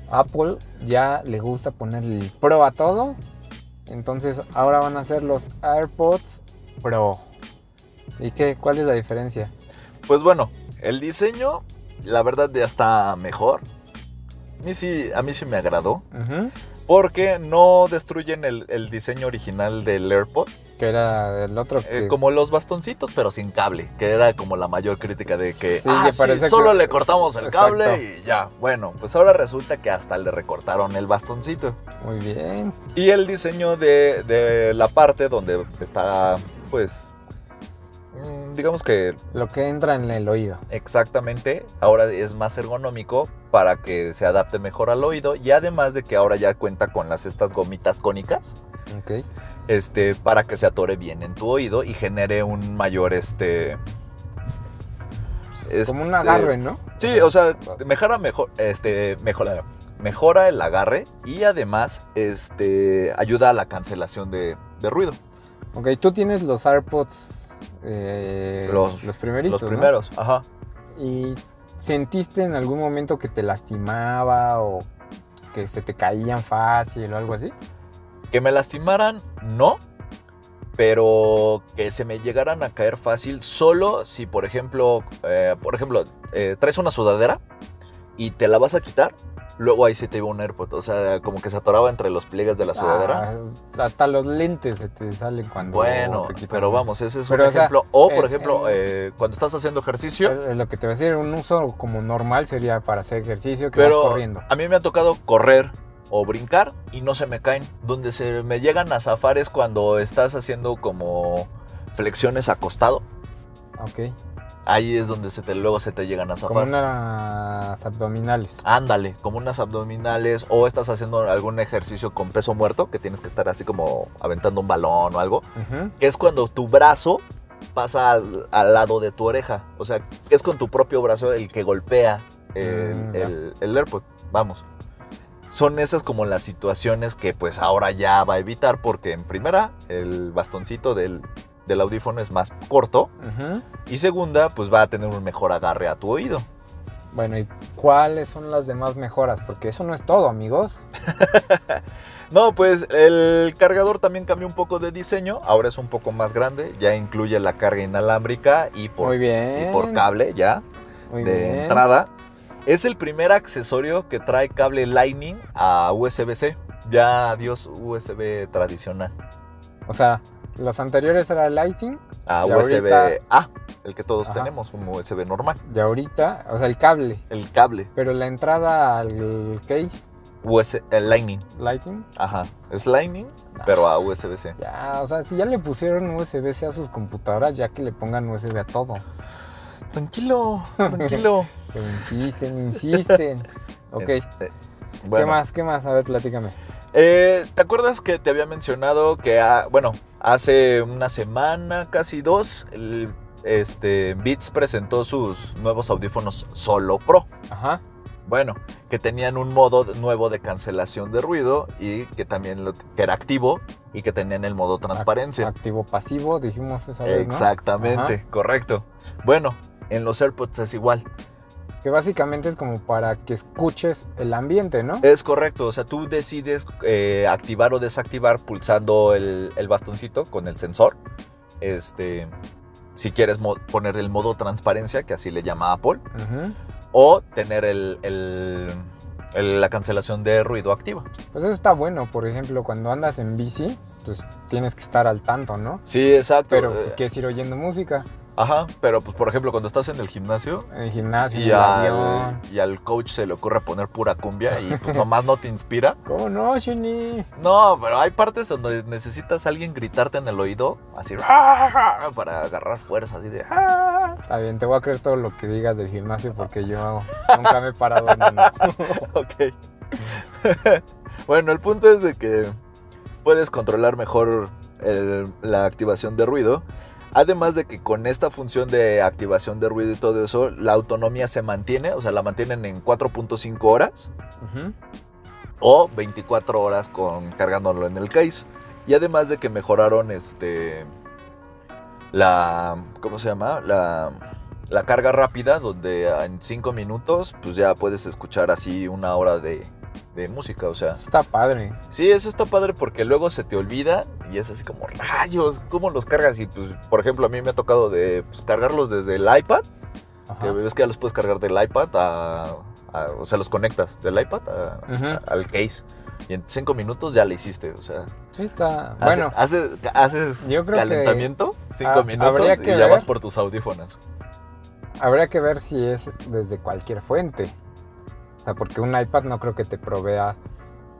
Apple ya le gusta poner el Pro a todo. Entonces ahora van a ser los AirPods Pro. ¿Y qué? ¿Cuál es la diferencia?
Pues bueno, el diseño, la verdad, ya está mejor. A mí sí, a mí sí me agradó.
Ujú.
Porque no destruyen el, el diseño original del AirPod.
Que era el otro que...
Eh, como los bastoncitos, pero sin cable, que era como la mayor crítica de que,
Sí,
"Ah,
que
sí,
parece que-
solo le cortamos el
Exacto.
cable y ya. Bueno, pues ahora resulta que hasta le recortaron el bastoncito.
Muy bien.
Y el diseño de, de la parte donde está, pues, mm, digamos que
Lo que entra en el oído.
exactamente, ahora es más ergonómico para que se adapte mejor al oído y además de que ahora ya cuenta con las estas gomitas cónicas.
Ok.
este, para que se atore bien en tu oído y genere un mayor, este,
Pues,
Este-
Como un agarre, ¿no?
sí, o sea, mejora mejor, este, mejora, mejora el agarre y además, este, ayuda a la cancelación de, de ruido.
Ok, tú tienes los AirPods, eh, los, primeritos.
Los
¿no?
primeros, ajá.
¿Y sentiste en algún momento que te lastimaba o que se te caían fácil o algo así?
Que me lastimaran, no. Pero que se me llegaran a caer fácil solo si, por ejemplo, eh, por ejemplo, eh, traes una sudadera y te la vas a quitar, luego ahí se te iba un AirPod. O sea, como que se atoraba entre los pliegues de la sudadera.
Ah, hasta los lentes se te salen cuando
bueno,
te quitas
pero
el-
vamos, ese es
Pero,
un
o sea,
ejemplo. O, por
eh,
ejemplo, eh, cuando estás haciendo ejercicio,
Es es lo que te voy a decir, un uso como normal sería para hacer ejercicio que
pero
vas corriendo.
a mí me ha tocado correr o brincar y no se me caen. Donde se me llegan a zafar es cuando estás haciendo como flexiones acostado.
Ok.
Ahí es donde se te, luego se te llegan a
Como
zafar.
unas abdominales.
Ándale, como unas abdominales o estás haciendo algún ejercicio con peso muerto que tienes que estar así como aventando un balón o algo.
Ujú.
que es cuando tu brazo pasa al, al lado de tu oreja. O sea, que es con tu propio brazo el que golpea el,
Mm, ya.
el, el AirPod. Vamos. Son esas como las situaciones que pues ahora ya va a evitar porque en primera el bastoncito del, del audífono es más corto
Ujú.
y segunda pues va a tener un mejor agarre a tu oído.
Bueno, ¿y cuáles son las demás mejoras? Porque eso no es todo, amigos.
No, pues el cargador también cambió un poco de diseño, ahora es un poco más grande, ya incluye la carga inalámbrica y por,
muy bien.
y por cable ya.
Muy
de
bien.
entrada. Es el primer accesorio que trae cable Lightning a USB-C. Ya adiós USB tradicional.
O sea, los anteriores era Lighting
A
Y ahorita-
USB-A, el que todos
Ajá.
tenemos, un USB normal.
y ahorita, o sea, el cable.
El cable,
Pero la entrada al case,
US el Lightning.
Lighting,
Ajá, es Lightning, pero
Ah.
a USB-C.
ya, o sea, si ya le pusieron USB-C a sus computadoras, ya que le pongan USB a todo.
Tranquilo, tranquilo.
Pero insisten, insisten. ok,
Eh, Bueno,
¿qué más? ¿Qué más? A ver, platícame.
eh, ¿Te acuerdas que te había mencionado que, ah, bueno, hace una semana, casi dos, el- este, Beats presentó sus nuevos audífonos Solo Pro?
Ajá.
Bueno, que tenían un modo de- nuevo de cancelación de ruido y que también lo, que era activo y que tenían el modo transparencia.
Activo pasivo, dijimos esa vez, ¿no?
Exactamente, correcto. Bueno, en los AirPods es igual.
Que básicamente es como para que escuches el ambiente, ¿no?
Es correcto, o sea, tú decides eh, activar o desactivar pulsando el, el bastoncito con el sensor. Este, si quieres mo- poner el modo transparencia, que así le llama Apple,
Ujú.
o tener el- el- el- la cancelación de ruido activa.
Pues eso está bueno, por ejemplo, cuando andas en bici, pues tienes que estar al tanto, ¿no?
Sí, exacto.
Pero
eh,
pues quieres ir oyendo música
Ajá, pero pues por ejemplo cuando estás en el gimnasio
en el gimnasio, en
y
el
al,
avión.
y al coach se le ocurre poner pura cumbia y pues nomás no te inspira.
¿Cómo no, Shini?
No, pero hay partes donde necesitas a alguien gritarte en el oído, así para agarrar fuerza, así de... "Ah,
Está bien, te voy a creer todo lo que digas del gimnasio porque yo nunca me he parado en uno.
Ok. bueno, el punto es de que puedes controlar mejor el- la activación de ruido. Además de que con esta función de activación de ruido y todo eso, la autonomía se mantiene, o sea, la mantienen en 4.5 horas.
Ujú.
o 24 horas con cargándolo en el case. Y además de que mejoraron este la ¿cómo se llama? La la carga rápida donde en 5 minutos pues ya puedes escuchar así una hora de de música, o sea,
Está padre.
sí, eso está padre porque luego se te olvida y es así como rayos, ¿cómo los cargas? Y pues, por ejemplo, a mí me ha tocado de pues, cargarlos desde el iPad,
Ajá.
que ves que ya los puedes cargar del iPad a, a- o sea, los conectas del iPad a-
Ujú.
a- al case. Y en cinco minutos ya le hiciste, o sea,
Sí está.
hace-
Bueno,
haces, haces
yo creo que-
calentamiento, cinco
ha-
minutos
habría
y
que
ya
ver.
vas por tus audífonos.
habría que ver si es desde cualquier fuente. O sea, porque un iPad no creo que te provea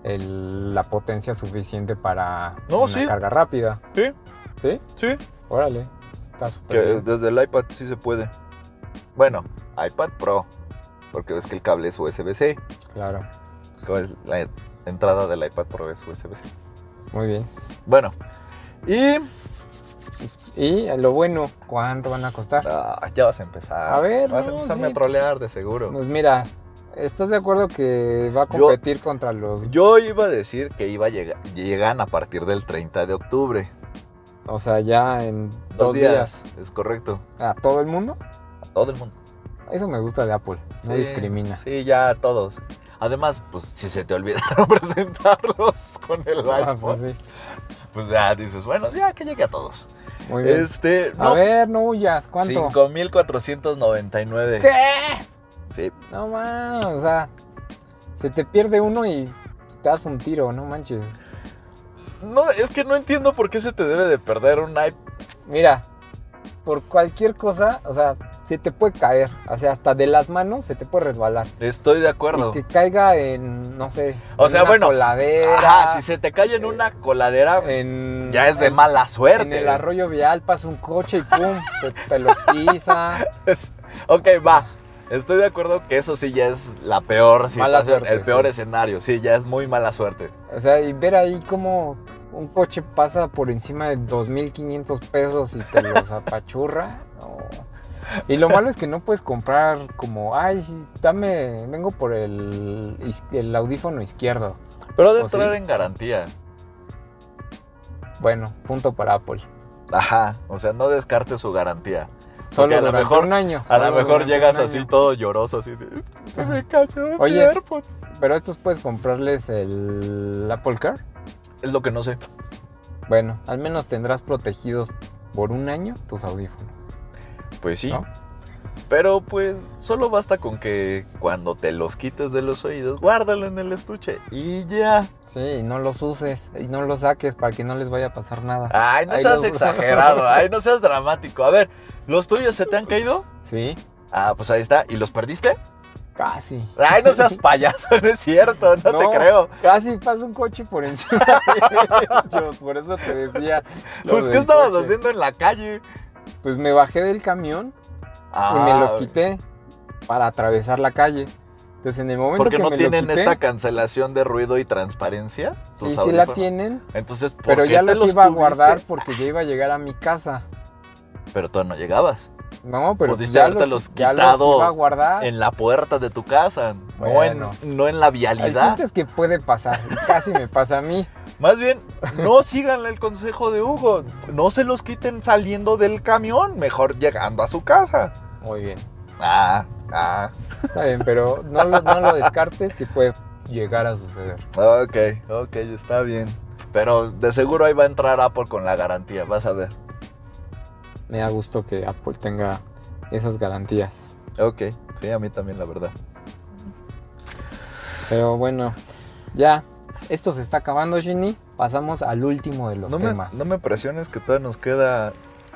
el- la potencia suficiente para
No,
una
sí.
carga rápida.
Sí,
¿Sí?
sí,
Órale. Está súper
que
bien.
desde el iPad sí se puede. Bueno, iPad Pro, porque ves que el cable es USB-C,
Claro.
que es la entrada del iPad Pro es USB-C.
Muy bien.
Bueno, y
Y lo bueno, ¿cuánto van a costar?
ah, ya vas a empezar.
A ver,
vas a
no,
empezarme
sí,
a trolear de seguro.
Pues mira, ¿estás de acuerdo que va a
Yo-
competir contra los...
Yo iba a decir que iba a llega- llegan a partir del 30 de octubre.
O sea, ya en dos,
Dos
días.
días. Es correcto.
a todo el mundo.
A todo el mundo.
Eso me gusta de Apple. No
Sí,
discrimina.
Sí, ya a todos. Además, pues si se te olvidaron presentarlos con el
Ah,
iPhone,
pues
pues,
sí.
ya dices, bueno, ya que llegue a todos.
Muy bien.
Este,
A
no,
ver, no huyas. ¿Cuánto?
5499.
¿Qué?
Sí,
No más. O sea, se te pierde uno y te das un tiro, no manches.
No, es que no entiendo por qué se te debe de perder un iPhone.
Mira, por cualquier cosa, o sea, se te puede caer. O sea, hasta de las manos se te puede resbalar.
Estoy de acuerdo.
Y que caiga en, no sé,
O
en
sea,
una
bueno,
coladera,
Ajá, si se te cae en una coladera,
en,
ya es de
en-
mala suerte.
En el arroyo vial pasa un coche y pum, se te lo pisa.
ok, va. Estoy de acuerdo que eso sí ya es la peor
Mala
situación,
suerte,
el peor
sí.
escenario. Sí, ya es muy mala suerte.
O sea, y ver ahí como un coche pasa por encima de 2.500 pesos y te los apachurra. no. Y lo malo es que no puedes comprar como, ay, sí, dame, vengo por el, is- el audífono izquierdo.
Pero ha de
¿O sí?
entrar en garantía.
Bueno, punto para Apple.
Ajá, o sea, no descarte su garantía.
Solo
Porque a lo
durante
mejor-
un año.
A
solo
lo mejor
durante
llegas
un
así
año.
todo lloroso, así de, "Es que se me cayó el
Oye.
AirPod".
Pero estos puedes comprarles el Apple Car.
Es lo que no sé.
Bueno, al menos tendrás protegidos por un año tus audífonos.
Pues sí.
¿No?
Pero pues solo basta con que cuando te los quites de los oídos, guárdalo en el estuche y ya.
Sí, y no los uses y no los saques para que no les vaya a pasar nada.
Ay, no
Ay,
seas
los-
exagerado, ay, no seas dramático. A ver, ¿los tuyos se te han caído?
Sí,
Ah, pues ahí está. ¿Y los perdiste?
casi.
Ay, no seas payaso, no es cierto, no, te creo.
Casi pasa un coche por encima de ellos, por eso te decía. lo
Pues, ¿qué
del
estabas
coche.
haciendo en la calle?
Pues me bajé del camión y
Ah,
me los quité para atravesar la calle. Entonces, en el momento
Porque
que
no
me
tienen
lo quité,
esta cancelación de ruido y transparencia.
sí,
tus
sí la
audífonos.
tienen,
Entonces, ¿por
pero
qué
ya
te
los, iba
tuviste?
a guardar porque ya iba a llegar a mi casa.
Pero tú no llegabas.
No, pero
Pudiste
ya los,
habértelos
ya los
quitado
iba a guardar.
en la puerta de tu casa,
Ah. Bueno.
no, en, no en la
El
vialidad.
chiste es que puede pasar, y casi me pasa a mí.
Más bien, no sigan el consejo de Hugo. No se los quiten saliendo del camión, mejor llegando a su casa.
Muy bien,
Ah, ah,
está bien, pero no lo, no lo descartes que puede llegar a suceder.
ok, ok, está bien. Pero de seguro ahí va a entrar Apple con la garantía, vas a ver.
Me da gusto que Apple tenga esas garantías.
Ok, sí, a mí también, la verdad.
Pero bueno, ya, esto se está acabando, Ginny. Pasamos al último de los
No me,
temas.
no me presiones que todavía nos queda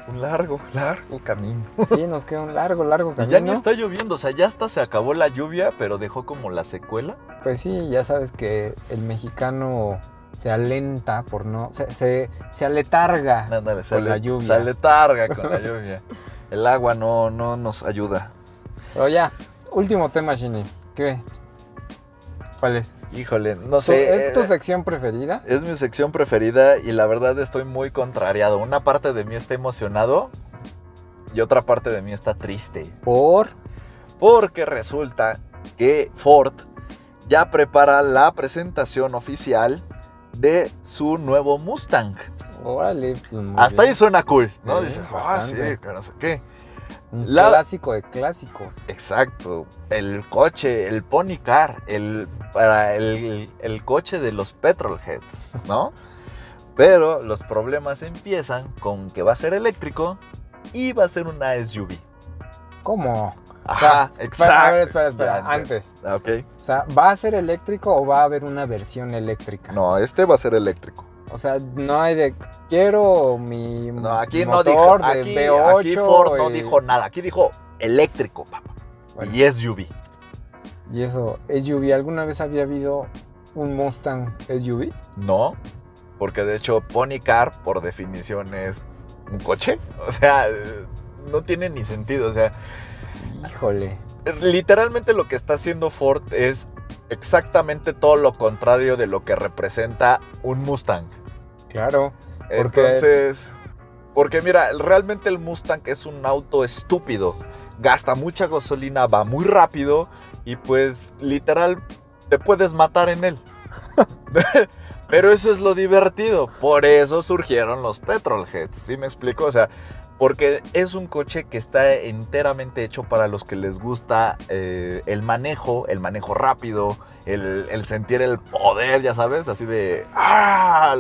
un largo, largo camino.
Sí, nos queda un largo, largo
Y
camino.
ya ni está lloviendo, o sea, ya hasta se acabó la lluvia, pero dejó como la secuela.
Pues sí, ya sabes que el mexicano se alenta por no. se, se, se aletarga.
Ándale,
Con la lluvia.
Se aletarga con la lluvia. El agua no, no nos ayuda.
Pero ya, último tema, Ginny. ¿Qué? ¿Cuál es?
Híjole, no
¿Tu-
sé.
¿Es tu
eh,
sección preferida?
es mi sección preferida y la verdad estoy muy contrariado. Una parte de mí está emocionado y otra parte de mí está triste.
Por.
Porque resulta que Ford ya prepara la presentación oficial de su nuevo Mustang.
Órale. pues, muy
Hasta
bien.
ahí suena cool, ¿no?
Sí,
Dices, ah, sí,
bastante.
que no sé qué.
Un
la-
clásico de clásicos.
Exacto. El coche, el pony car, el, para el, el coche de los petrolheads, ¿no? Pero los problemas empiezan con que va a ser eléctrico y va a ser una SUV.
¿Cómo?
Ajá,
Espera,
exacto.
A ver, espera, espera.
Ya,
Antes.
ya. Ok.
O sea, ¿va a ser eléctrico o va a haber una versión eléctrica?
No, este va a ser eléctrico.
O sea, no hay de quiero mi
No, aquí no dijo.
motor de
Aquí,
V8.
aquí Ford no
y-
dijo nada. Aquí dijo eléctrico, papá.
Bueno.
Y SUV.
Y eso, SUV, ¿alguna vez había habido un Mustang SUV?
No, porque de hecho Pony Car por definición es un coche. O sea, eh, no tiene ni sentido. O sea,
Híjole.
literalmente lo que está haciendo Ford es exactamente todo lo contrario de lo que representa un Mustang.
Claro. ¿Por qué?
Entonces, porque mira, realmente el Mustang es un auto estúpido. Gasta mucha gasolina, va muy rápido y pues literal te puedes matar en él. Pero eso es lo divertido. Por eso surgieron los Petrolheads. ¿Sí me explico? O sea, porque es un coche que está enteramente hecho para los que les gusta eh, el manejo, el manejo rápido, el, el, sentir el poder, ya sabes, así de. ¡ah!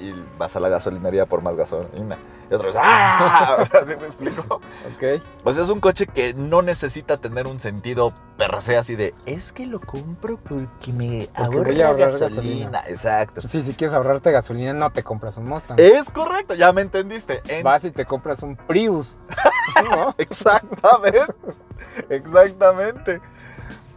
Y vas a la gasolinería por más gasolina. Y otra vez. ¡ah! O sea, ¿sí me explico?
Ok.
Pues es un coche que no necesita tener un sentido per se así de. Es que lo compro porque me
Porque
ahorra
voy a ahorrar
gasolina.
gasolina. Pues,
Exacto.
Sí, si quieres ahorrarte gasolina, no te compras un Mustang.
Es correcto, ya me entendiste. En-
Vas y te compras un Prius. ¿no?
Exactamente. Exactamente.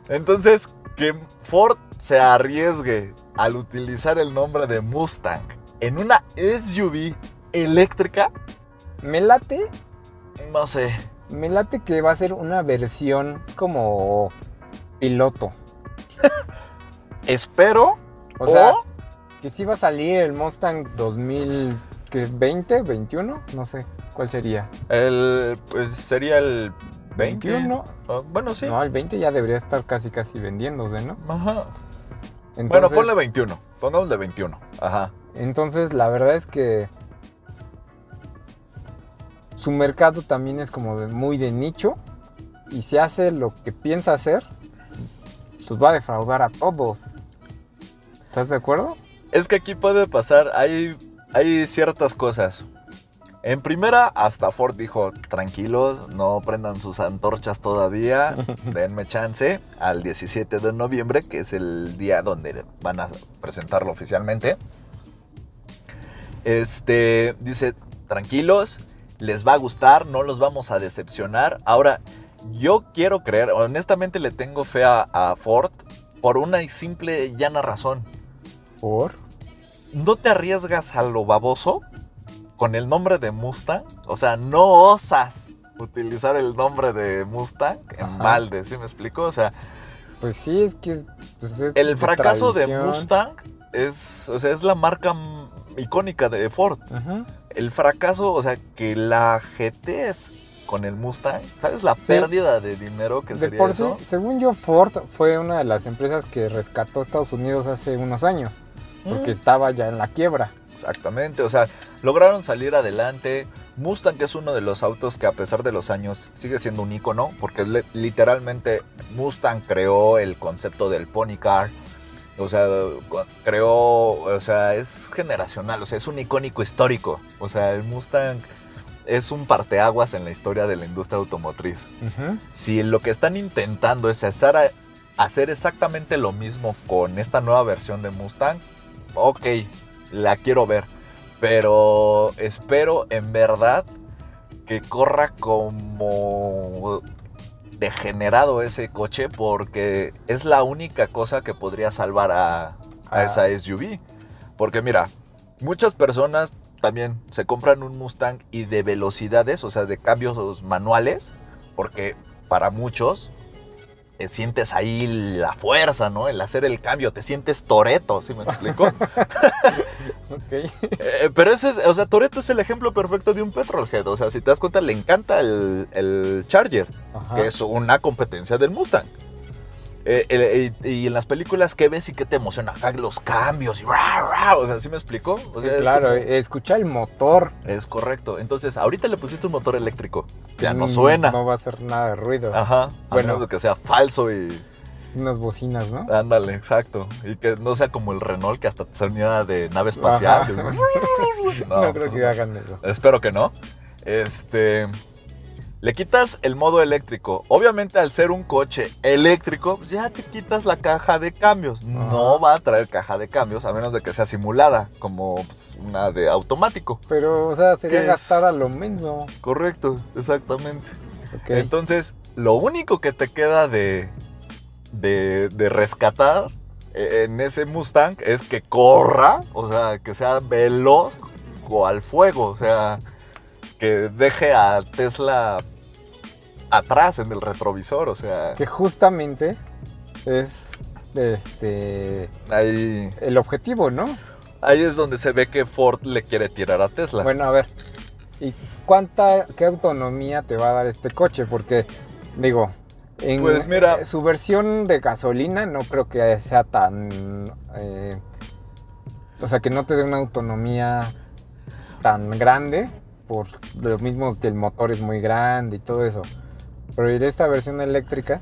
Entonces, que Ford se arriesgue al utilizar el nombre de Mustang en una SUV eléctrica,
Me late,
no sé.
me late que va a ser una versión como piloto.
Espero.
O sea,
o-
que sí va a salir el Mustang 2020, 21, no sé cuál sería.
el, pues sería el 20.
21.
Ah, bueno, sí.
No, el 20 ya debería estar casi casi vendiéndose, ¿no?
Ajá.
Entonces,
bueno, ponle 21. Pongámosle 21. Ajá.
Entonces, la verdad es que su mercado también es como de- muy de nicho y si hace lo que piensa hacer, pues va a defraudar a todos. ¿Estás de acuerdo?
Es que aquí puede pasar, hay, hay ciertas cosas. En primera, hasta Ford dijo, tranquilos, no prendan sus antorchas todavía, denme chance al 17 de noviembre, que es el día donde van a presentarlo oficialmente. Este, dice, tranquilos, les va a gustar, no los vamos a decepcionar. Ahora, yo quiero creer, honestamente le tengo fe a, a Ford por una simple y llana razón
Por
no te arriesgas a lo baboso con el nombre de Mustang. O sea, no osas utilizar el nombre de Mustang en
Ajá.
balde, ¿sí me explico? O sea,
Pues sí, es que pues, es
el fracaso de
tradición.
Mustang es, o sea, es la marca mm, icónica de Ford.
Ujú.
El fracaso, o sea, que la GTs con el Mustang, ¿sabes la pérdida de dinero que
De
sería
por sí,
eso?
según yo, Ford fue una de las empresas que rescató a Estados Unidos hace unos años, porque
Mm.
estaba ya en la quiebra.
Exactamente, o sea, lograron salir adelante. Mustang que es uno de los autos que a pesar de los años sigue siendo un icono, porque le- literalmente Mustang creó el concepto del pony car. O sea, cu- creó, o sea, es generacional, o sea, es un icónico histórico. O sea, el Mustang es un parteaguas en la historia de la industria automotriz.
Ujú.
Si lo que están intentando es hacer, a- hacer exactamente lo mismo con esta nueva versión de Mustang, ok, la quiero ver. Pero espero en verdad que corra como degenerado ese coche porque es la única cosa que podría salvar a, a
Ah.
esa SUV. Porque mira, muchas personas también se compran un Mustang y de velocidades, o sea, de cambios manuales, porque para muchos eh, sientes ahí la fuerza, ¿no? El hacer el cambio, te sientes Toreto, ¿sí me explico?
Ok.
Eh, pero ese es, o sea, Toreto es el ejemplo perfecto de un Petrolhead. O sea, si te das cuenta, le encanta el, el Charger,
Ajá.
que es una competencia del Mustang. Eh, el- el- y en las películas que ves y que te emociona, Acá los cambios y ra, ra, o sea, ¿sí me explico? O
Sí,
sea, es
claro, eh.
como-
escucha el motor.
es correcto. Entonces, ahorita le pusiste un motor eléctrico. Ya no
Mm,
suena. Ah.
No va a hacer nada de ruido.
Ajá. A
Bueno.
menos de que sea falso y.
Unas bocinas, ¿no?
Ándale, exacto. Y que no sea como el Renault que hasta sonía de nave espacial.
Ajá.
No, pues
No, creo que hagan eso.
Espero que no. Este. Le quitas el modo eléctrico. Obviamente, al ser un coche eléctrico, pues ya te quitas la caja de cambios. No va a traer caja de cambios, a menos de que sea simulada, como pues, una de automático.
Pero, o sea, sería
¿Qué es?
gastar a lo menso.
Correcto, exactamente.
Ok.
Entonces, lo único que te queda de, de, de rescatar e- en ese Mustang es que corra, o sea, que sea veloz o al fuego, o sea, que deje a Tesla atrás en el retrovisor, o sea,
que justamente es este
ahí,
el objetivo, ¿no?
ahí es donde se ve que Ford le quiere tirar a Tesla.
Bueno, a ver. ¿Y cuánta, qué autonomía te va a dar este coche? Porque, digo, en
Pues mira-
su versión de gasolina no creo que sea tan eh, O sea, que no te dé una autonomía tan grande, por lo mismo que el motor es muy grande y todo eso. Pero ir a esta versión eléctrica,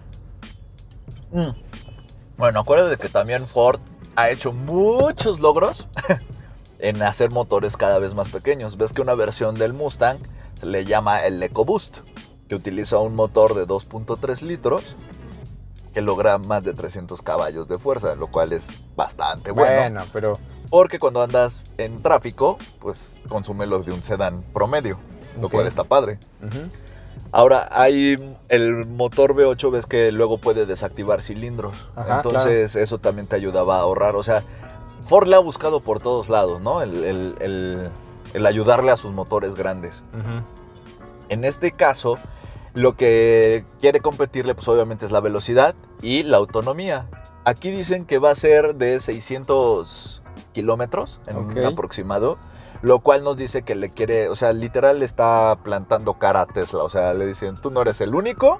Mm. Bueno, acuérdate que también Ford ha hecho muchos logros en hacer motores cada vez más pequeños. Ves que una versión del Mustang se le llama el EcoBoost, que utiliza un motor de 2.3 litros que logra más de 300 caballos de fuerza, lo cual es bastante
bueno,
Eh, bueno.
pero
Porque cuando andas en tráfico, pues consume lo de un sedán promedio, lo
Ok.
cual está padre.
ujú,
Ahora, hay el motor V8, ves que luego puede desactivar cilindros.
Ajá,
Entonces, eso también te ayudaba a ahorrar. O sea, Ford le ha buscado por todos lados, ¿no? El, el- el- el ayudarle a sus motores grandes.
ujú.
En este caso, lo que quiere competirle, pues obviamente es la velocidad y la autonomía. Aquí dicen que va a ser de 600 kilómetros en un
Ok.
aproximado, lo cual nos dice que le quiere, o sea, literal le está plantando cara a Tesla. O sea, le dicen, tú no eres el único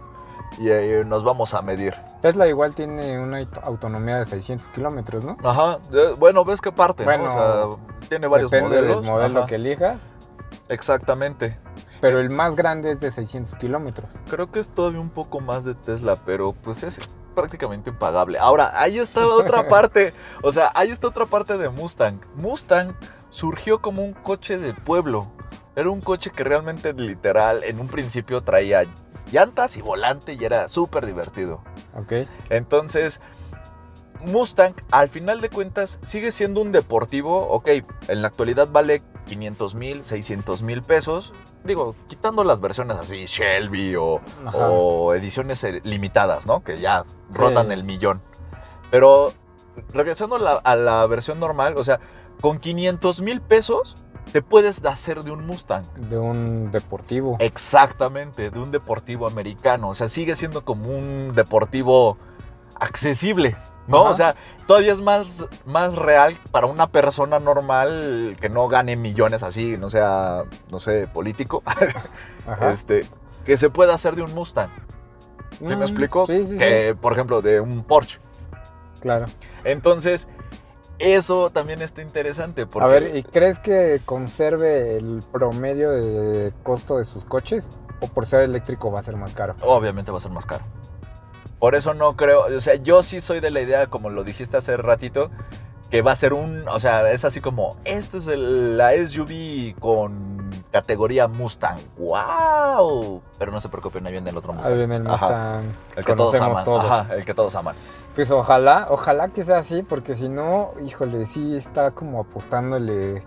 y eh, nos vamos a medir.
Tesla igual tiene una aut- autonomía de 600 kilómetros, ¿no?
Ajá, eh, bueno, ves que parte, ¿no?
Bueno,
O sea, tiene varios
Depende
modelos.
del modelo
Ajá,
que elijas,
Exactamente.
pero el más grande es de 600 kilómetros.
Creo que es todavía un poco más de Tesla, pero pues es prácticamente impagable. Ahora, ahí está otra parte. O sea, ahí está otra parte de Mustang. Mustang surgió como un coche del pueblo. Era un coche que realmente literal en un principio traía llantas y volante y era súper divertido.
Ok,
Entonces, Mustang al final de cuentas sigue siendo un deportivo, ok, en la actualidad vale 500 mil, 600 mil pesos, digo, quitando las versiones así, Shelby o,
Ajá.
o ediciones eh, limitadas, ¿no? Que ya
Sí.
rondan el millón. Pero regresando a la, a la versión normal, o sea, con 500 mil pesos te puedes hacer de un Mustang.
de un deportivo.
Exactamente, de un deportivo americano. O sea, sigue siendo como un deportivo accesible, ¿no?
Ajá.
O sea, todavía es más, más real para una persona normal que no gane millones así, no sea, no sé, político,
Ajá.
este, que se pueda hacer de un Mustang. ¿Sí
Mm,
me explico?
Sí, sí,
que, por ejemplo, de un Porsche.
sí, claro.
Entonces, eso también está interesante. Porque
A ver, ¿y crees que conserve el promedio de costo de sus coches? ¿O por ser eléctrico va a ser más caro?
obviamente va a ser más caro. Por eso no creo, o sea, yo sí soy de la idea, como lo dijiste hace ratito, que va a ser un, o sea, es así como, esta es el- la SUV con categoría Mustang, wow. Pero no se preocupen, ahí viene el otro Mustang.
Ahí viene el
Ajá,
Mustang.
el que todos
conocemos
aman.
todos.
Ajá, el que todos aman.
Pues ojalá, ojalá que sea así, porque si no, híjole, sí está como apostándole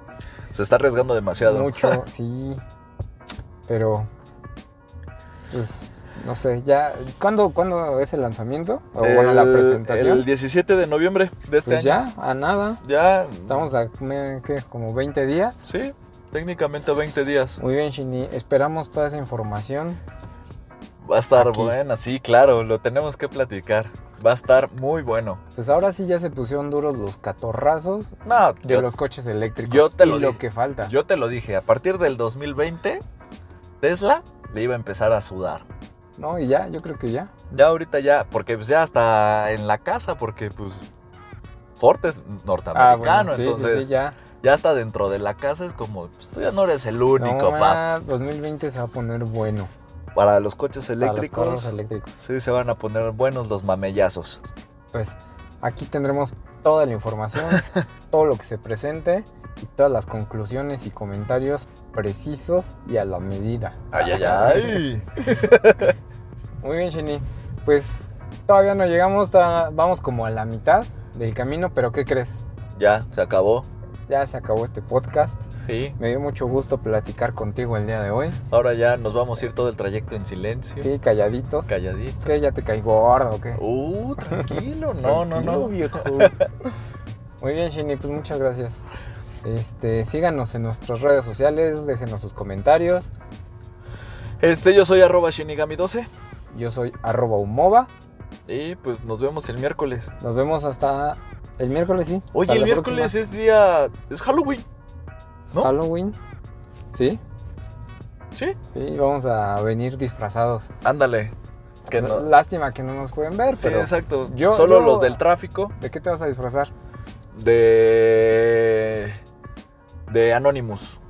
Se está arriesgando demasiado.
mucho, sí. Pero, pues, no sé, ya. ¿Cuándo, ¿cuándo es el lanzamiento? O bueno, la
El-
presentación.
El 17 de noviembre de este
pues
año.
ya, a nada.
Ya.
Estamos a, ¿qué? Como 20 días.
Sí, técnicamente 20 días.
Muy bien, Shini. Esperamos toda esa información.
Va a estar
Aquí.
buena, sí, claro, lo tenemos que platicar. Va a estar muy bueno.
Pues ahora sí ya se pusieron duros los catorrazos
No,
de
yo,
los coches eléctricos.
yo te
y
lo
lo
dije.
que falta.
yo te lo dije, a partir del 2020, Tesla le iba a empezar a sudar.
No, y ya, yo creo que ya.
Ya ahorita ya, porque pues ya hasta en la casa, porque pues Ford es norteamericano,
Ah, sí,
entonces
sí, sí, ya.
ya hasta dentro de la casa es como, pues tú ya no eres el único,
No,
pa.
ah, ma, 2020 se va a poner bueno.
Para los coches
para los
eléctricos,
carros eléctricos.
sí se van a poner buenos los mamellazos.
Pues aquí tendremos toda la información, todo lo que se presente y todas las conclusiones y comentarios precisos y a la medida.
Ay, ay, ay.
Muy bien, Shini. Pues todavía no llegamos, todavía vamos como a la mitad del camino, pero ¿qué crees?
ya, se acabó.
Ya se acabó este podcast.
Sí,
Me dio mucho gusto platicar contigo el día de hoy.
ahora ya nos vamos a ir todo el trayecto en silencio.
Sí, calladitos.
Calladito.
Es que ya te caí gordo, ¿o qué?
Uh, tranquilo, no, no, no.
Muy bien, Shini, pues muchas gracias. Este, síganos en nuestras redes sociales, déjenos sus comentarios.
Este, yo soy arroba Shinigami12
Yo soy arroba umova.
y pues nos vemos el miércoles.
Nos vemos hasta el miércoles, sí.
Oye,
Hasta
el
la
miércoles es día... es Halloween,
próxima.
¿no?
Halloween. Sí,
¿sí?
sí, vamos a venir disfrazados.
Ándale. Que no...
Lástima que no nos pueden ver,
Sí,
pero
exacto.
Yo-
Solo
yo-
los del tráfico.
¿de qué te vas a disfrazar?
de. de Anonymous.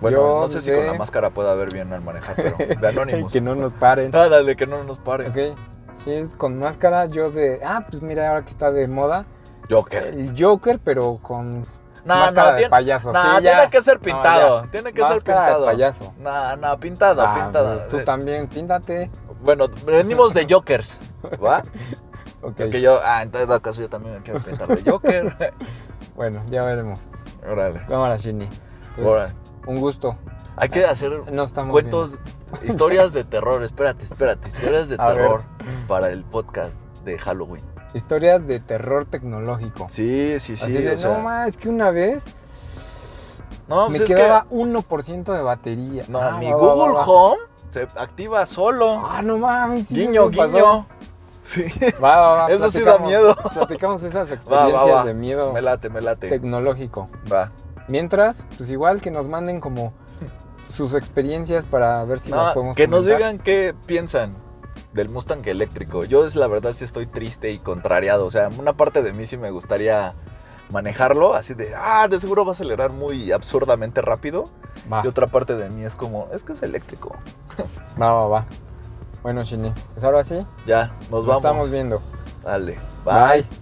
Bueno,
Yo
no sé si
de-
con la máscara pueda ver bien al manejar, pero de Anonymous.
que no nos paren.
Ah, dale, que no nos pare.
Ok. Si es con máscara, yo de. Ah, pues mira, ahora que está de moda.
Joker.
El Joker, pero con.
No,
máscara
no,
de
tiene,
payaso.
no,
sí, ya.
tiene que ser
No,
pintado.
ya.
tiene que ser
Máscara de
pintado.
payaso.
No, no, pintado,
Ah,
pintado.
pues tú
Eh,
también, píntate.
Bueno, venimos de Jokers, ¿va?
Ok.
Que yo, ah, entonces en todo caso yo también me quiero pintar de Joker.
Bueno, ya veremos.
Órale.
Cámara, Shinny. Pues,
Órale.
Un gusto.
Hay
Ah,
que hacer
No estamos.
cuentos, historias de terror. Espérate, espérate. Historias de
A ver.
terror para el podcast de Halloween.
bien. Historias de terror tecnológico.
Sí, sí, sí.
Así de,
o
no
sea,
más, es que una vez
no,
me
pues es
quedaba
que.
1% de batería.
No,
Ah,
mi
va, va, va,
Google
va.
Home se activa solo.
Ah, no mames. sí,
guiño,
sí me pasó.
guiño. Sí.
Va, va, va.
Eso sí da
platicamos-
miedo.
Platicamos esas
Va,
experiencias
va, va.
de miedo
Me late, me late.
tecnológico.
Va.
Mientras, pues igual que nos manden como sus experiencias para ver si
No,
las podemos
Ah, que nos
comentar.
digan qué piensan del Mustang eléctrico. Yo es la verdad sí estoy triste y contrariado. O sea, una parte de mí sí me gustaría manejarlo, así de, ah, de seguro va a acelerar muy absurdamente rápido.
Va,
Y otra parte de mí es como, es que es eléctrico.
va, va, va. Bueno, Shini, pues ahora sí,
Ya, nos
nos
vamos.
estamos viendo.
Dale, bye.
Bye.